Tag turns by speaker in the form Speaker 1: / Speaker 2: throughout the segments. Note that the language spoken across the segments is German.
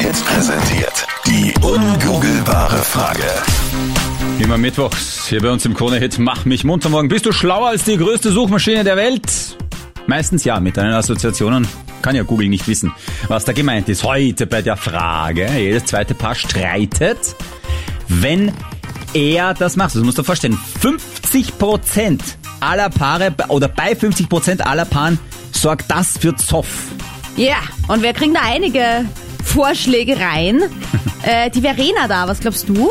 Speaker 1: Hits präsentiert. Die ungoogelbare Frage.
Speaker 2: Immer mittwochs hier bei uns im Krone-Hit Mach mich munter morgen. Bist du schlauer als die größte Suchmaschine der Welt? Meistens ja, mit deinen Assoziationen kann ja Google nicht wissen, was da gemeint ist. Heute bei der Frage, jedes zweite Paar streitet, wenn er das macht. Das musst du dir vorstellen, 50% aller Paare oder bei 50% aller Paaren sorgt das für Zoff.
Speaker 3: Ja, und wir kriegen da einige Vorschläge rein. äh, die Verena da, was glaubst du?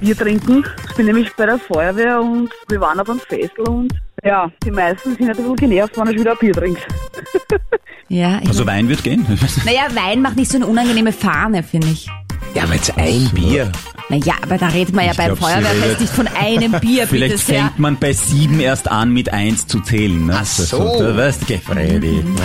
Speaker 4: Bier trinken. Ich bin nämlich bei der Feuerwehr und wir waren aber am Festl und ja, die meisten sind halt ein bisschen genervt, wenn ich wieder ein Bier trinke.
Speaker 3: Ja, ich
Speaker 2: Also Wein wird gehen.
Speaker 3: naja, Wein macht nicht so eine unangenehme Fahne, finde ich.
Speaker 5: Ja, aber jetzt ein Bier.
Speaker 3: Naja, aber da redet man ja beim
Speaker 2: glaub, sie redet-
Speaker 3: Feuerwehrfest nicht von einem Bier, bitte
Speaker 2: Vielleicht
Speaker 3: sehr.
Speaker 2: fängt man bei sieben erst an, mit eins zu zählen. Ne?
Speaker 5: Ach so.
Speaker 2: Du weißt, gell, Freddy. äh.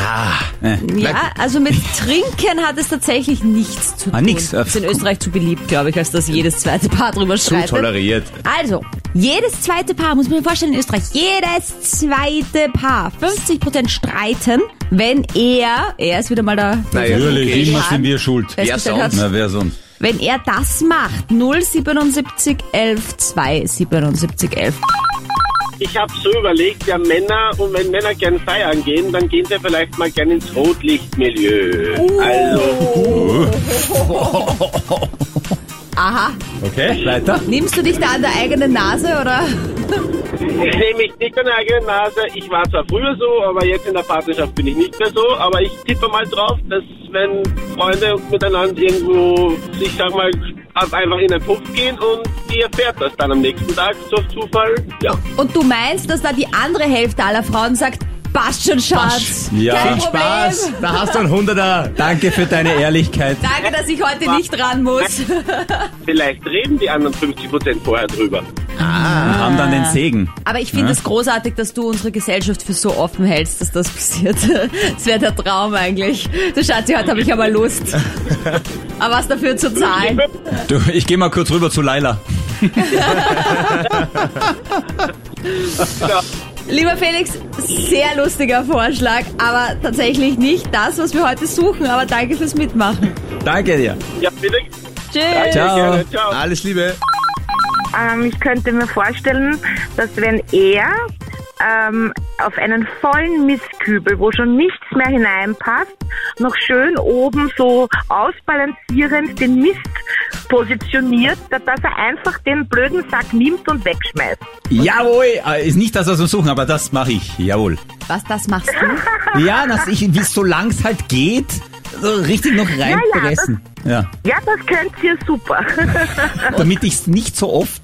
Speaker 5: Ah,
Speaker 3: Ja, also mit Trinken hat es tatsächlich nichts zu tun.
Speaker 2: Ah, nix.
Speaker 3: Ist in Österreich zu beliebt, glaube ich, als dass jedes zweite Paar drüber
Speaker 2: Zu
Speaker 3: schreitet.
Speaker 2: toleriert.
Speaker 3: Also, jedes zweite Paar, muss man sich vorstellen in Österreich, jedes zweite Paar, 50% streiten, wenn er, er ist wieder mal da,
Speaker 5: naja,
Speaker 2: Natürlich,
Speaker 5: okay.
Speaker 2: immer sind wir schuld.
Speaker 3: Wer sonst?
Speaker 2: Na, wer sonst?
Speaker 3: wenn er das macht, 077 11 2 77 11.
Speaker 6: Ich habe so überlegt, ja Männer, und wenn Männer gern feiern gehen, dann gehen sie vielleicht mal gern ins Rotlichtmilieu.
Speaker 5: Uh.
Speaker 6: Also,
Speaker 3: Aha,
Speaker 2: Okay, weiter.
Speaker 3: nimmst du dich da an der eigenen Nase oder?
Speaker 6: ich nehme mich nicht an der eigenen Nase. Ich war zwar früher so, aber jetzt in der Partnerschaft bin ich nicht mehr so. Aber ich tippe mal drauf, dass wenn Freunde miteinander irgendwo, ich sag mal, einfach in den Puff gehen und die erfährt das dann am nächsten Tag, so auf Zufall, ja.
Speaker 3: Und du meinst, dass da die andere Hälfte aller Frauen sagt, passt schon, Schatz.
Speaker 2: Ja.
Speaker 3: Kein
Speaker 2: Viel
Speaker 3: Problem.
Speaker 5: Spaß, da hast du einen Hunderter.
Speaker 2: Danke für deine Ehrlichkeit.
Speaker 3: Danke, dass ich heute nicht ran muss.
Speaker 6: Vielleicht reden die anderen 50% vorher drüber.
Speaker 2: Und haben dann den Segen.
Speaker 3: Aber ich finde
Speaker 2: Ja.
Speaker 3: es großartig, dass du unsere Gesellschaft für so offen hältst, dass das passiert. Das wäre der Traum eigentlich. Du Schatzi, heute habe ich aber Lust. Aber was dafür zu zahlen?
Speaker 2: Du, ich gehe mal kurz rüber zu Laila.
Speaker 3: Lieber Felix, sehr lustiger Vorschlag, aber tatsächlich nicht das, was wir heute suchen. Aber danke fürs Mitmachen.
Speaker 2: Danke dir.
Speaker 6: Ja, bitte.
Speaker 3: Tschüss.
Speaker 2: Ciao.
Speaker 6: Gerne. Ciao.
Speaker 5: Alles Liebe.
Speaker 7: Ähm, ich könnte mir vorstellen, dass wenn er ähm, auf einen vollen Mistkübel, wo schon nichts mehr hineinpasst, noch schön oben so ausbalancierend den Mist positioniert, dass dass er einfach den blöden Sack nimmt und wegschmeißt.
Speaker 2: Jawohl, äh, ist nicht das, was wir suchen, aber das mache ich. Jawohl.
Speaker 3: Was, das machst du?
Speaker 2: Ja, dass ich, solange es halt geht, so richtig noch reinpressen. Ja,
Speaker 7: Ja, das könnt ihr super.
Speaker 2: damit ich es nicht so oft.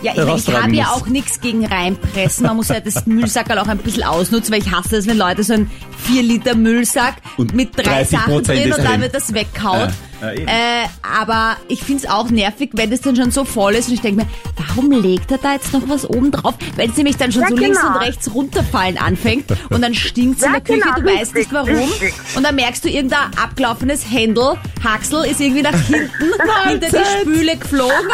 Speaker 3: Ja, ich, ich
Speaker 2: Raustragen
Speaker 3: habe ja
Speaker 2: muss.
Speaker 3: auch nichts gegen reinpressen. Man muss ja das Müllsackerl auch ein bisschen ausnutzen, weil ich hasse es, wenn Leute so einen 4 Liter Müllsack
Speaker 2: Und
Speaker 3: mit drei
Speaker 2: 30%
Speaker 3: Sachen drin
Speaker 2: ist
Speaker 3: und dann
Speaker 2: drin.
Speaker 3: wird das weggehaut.
Speaker 2: Ja, ja, eben.
Speaker 3: äh, aber ich find's auch nervig, wenn das dann schon so voll ist und ich denke mir, warum legt er da jetzt noch was oben drauf? Wenn es nämlich dann schon
Speaker 7: Ja,
Speaker 3: so links
Speaker 7: genau.
Speaker 3: und rechts runterfallen anfängt und dann stinkt's in
Speaker 7: Ja,
Speaker 3: der Küche,
Speaker 7: genau,
Speaker 3: du weißt nicht
Speaker 7: richtig,
Speaker 3: warum.
Speaker 7: richtig.
Speaker 3: Und dann merkst du, irgendein abgelaufenes Händel, Haxel ist irgendwie nach hinten hinter die Spüle geflogen.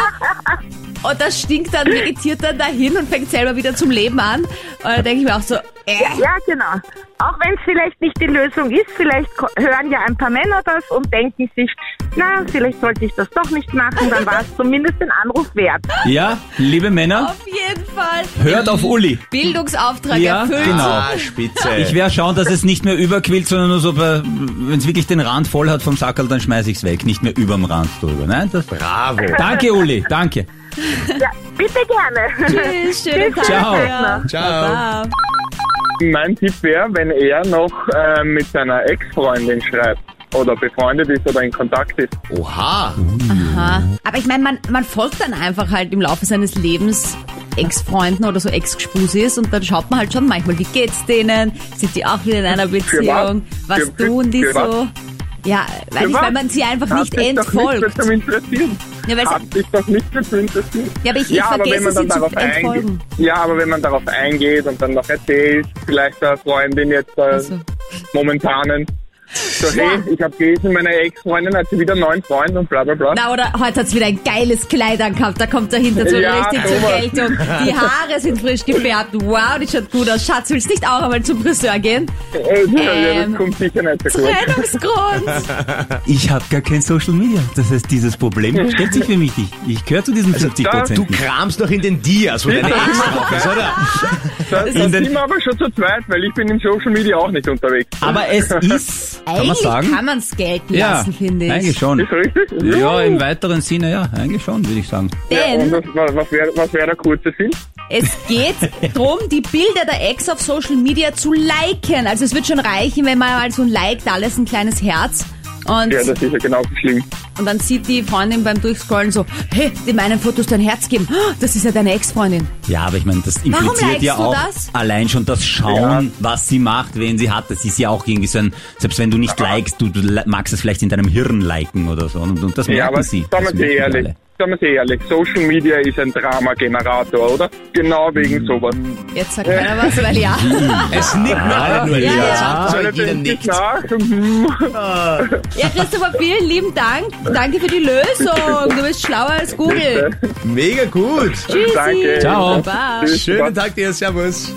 Speaker 3: Und das stinkt dann, vegetiert dann dahin und fängt selber wieder zum Leben an. Und da denke ich mir auch so, äh,
Speaker 7: Ja, genau. Auch wenn es vielleicht nicht die Lösung ist, vielleicht ko- hören ja ein paar Männer das und denken sich, na, vielleicht sollte ich das doch nicht machen, dann war es zumindest den Anruf wert.
Speaker 2: Ja, liebe Männer,
Speaker 3: auf jeden Fall.
Speaker 2: hört auf Uli.
Speaker 3: Bildungsauftrag
Speaker 2: Ja,
Speaker 3: erfüllt.
Speaker 2: genau.
Speaker 5: Ah, Spitze.
Speaker 2: Ich werde schauen, dass es nicht mehr überquillt, sondern nur so, wenn es wirklich den Rand voll hat vom Sackerl, dann schmeiß ich's weg. Nicht mehr überm Rand drüber. Nein, das
Speaker 5: Bravo.
Speaker 2: Danke, Uli. Danke.
Speaker 7: Ja, bitte gerne.
Speaker 3: Tschüss, schönen Tag.
Speaker 2: Ciao.
Speaker 3: dir.
Speaker 5: Ciao.
Speaker 3: Ciao.
Speaker 8: Mein Tipp wäre, wenn er noch äh, mit seiner Ex-Freundin schreibt oder befreundet ist oder in Kontakt ist.
Speaker 5: Oha.
Speaker 3: Aha. Aber ich meine, man, man folgt dann einfach halt im Laufe seines Lebens Ex-Freunden oder so Ex-Gespusis und dann schaut man halt schon manchmal, wie geht's denen? Sind die auch wieder in einer Beziehung? Was
Speaker 8: Für-
Speaker 3: tun die
Speaker 8: für
Speaker 3: so? Ja, weiß
Speaker 8: Für
Speaker 3: ich,
Speaker 8: was?
Speaker 3: weil man sie einfach
Speaker 8: Hat
Speaker 3: nicht
Speaker 8: dich doch
Speaker 3: entfolgt.
Speaker 8: Nicht dazu interessiert.
Speaker 3: Ja, weil's-
Speaker 8: Hat dich doch nicht dazu interessiert.
Speaker 3: Ja, aber ich- ich
Speaker 8: aber
Speaker 3: vergesse,
Speaker 8: wenn man
Speaker 3: sie
Speaker 8: dann
Speaker 3: zu
Speaker 8: darauf
Speaker 3: entfolgen.
Speaker 8: eingeht, Ja, aber wenn man darauf eingeht und dann noch erzählt, vielleicht der Freundin jetzt äh,
Speaker 3: so.
Speaker 8: momentanen, So, hey, ich habe gelesen, meine Ex-Freundin hat sie wieder einen neuen Freund und bla bla bla.
Speaker 3: Na, oder heute hat's wieder ein geiles Kleid angehabt, da kommt dahinter so
Speaker 8: Ja,
Speaker 3: richtig zur
Speaker 8: sowas.
Speaker 3: Geltung. Die Haare sind frisch gefärbt, wow, die schaut gut aus. Schatz, willst nicht auch einmal zum Friseur gehen?
Speaker 8: Äh, ja,
Speaker 3: ähm,
Speaker 8: das kommt sicher nicht so gut.
Speaker 3: Trennungsgrund!
Speaker 2: Ich habe gar kein Social Media. Das heißt, dieses Problem stellt sich für mich nicht. Ich gehöre zu diesen 50
Speaker 5: Also Du
Speaker 2: Prozent.
Speaker 5: kramst doch in den Dias, wo deine Ex drauf ist, oder?
Speaker 8: Da
Speaker 5: in
Speaker 8: da
Speaker 5: den-
Speaker 8: sind wir aber schon zu zweit, weil ich bin in Social Media auch nicht unterwegs.
Speaker 2: Aber es ist, kann man
Speaker 3: Eigentlich
Speaker 2: sagen?
Speaker 3: kann man's gelten lassen, finde ich.
Speaker 2: eigentlich schon.
Speaker 8: Ist richtig?
Speaker 2: Ja, im weiteren Sinne, ja, eigentlich schon, würde ich sagen.
Speaker 8: Und
Speaker 3: Denn
Speaker 8: was, was, was wäre was wär der kurze Sinn?
Speaker 3: es geht drum, die Bilder der Ex auf Social Media zu liken. Also es wird schon reichen, wenn man mal so ein Like da lässt, ein kleines Herz. Und,
Speaker 8: Ja, das ist ja genauso schlimm.
Speaker 3: und dann sieht die Freundin beim Durchscrollen so, hey, die meinen Fotos dein Herz geben. Ah, Das ist ja deine Ex-Freundin.
Speaker 2: Ja, aber ich meine, das
Speaker 3: Warum
Speaker 2: impliziert
Speaker 3: likest
Speaker 2: ja
Speaker 3: du
Speaker 2: auch
Speaker 3: das?
Speaker 2: allein schon das Schauen, was sie macht, wen sie hat. Das ist ja auch irgendwie so ein, selbst wenn du nicht likest, du, du li- magst es vielleicht in deinem Hirn liken oder so. Und, und das merken
Speaker 8: Ja, aber
Speaker 2: sie.
Speaker 8: sagen
Speaker 2: Das
Speaker 8: wir
Speaker 2: merken
Speaker 8: sie
Speaker 2: wir
Speaker 8: ehrlich.
Speaker 2: alle.
Speaker 8: Sagen wir sie ehrlich, Social Media ist ein Drama-Generator, oder? Genau
Speaker 2: Mm.
Speaker 8: wegen sowas.
Speaker 3: Jetzt sagt keiner was, weil ja.
Speaker 5: Es nickt
Speaker 2: Ah,
Speaker 5: alle nur.
Speaker 3: Ja, ja.
Speaker 5: So,
Speaker 8: Alle
Speaker 5: jeder
Speaker 8: denken sich
Speaker 5: nickt.
Speaker 8: nach, hm,
Speaker 3: Ja, Christopher, vielen lieben Dank. Danke für die Lösung. Du bist schlauer als Google.
Speaker 5: Mega gut.
Speaker 3: Tschüssi.
Speaker 8: Danke.
Speaker 2: Ciao.
Speaker 3: Baba.
Speaker 8: Tschüss.
Speaker 5: Schönen Tag dir, Servus.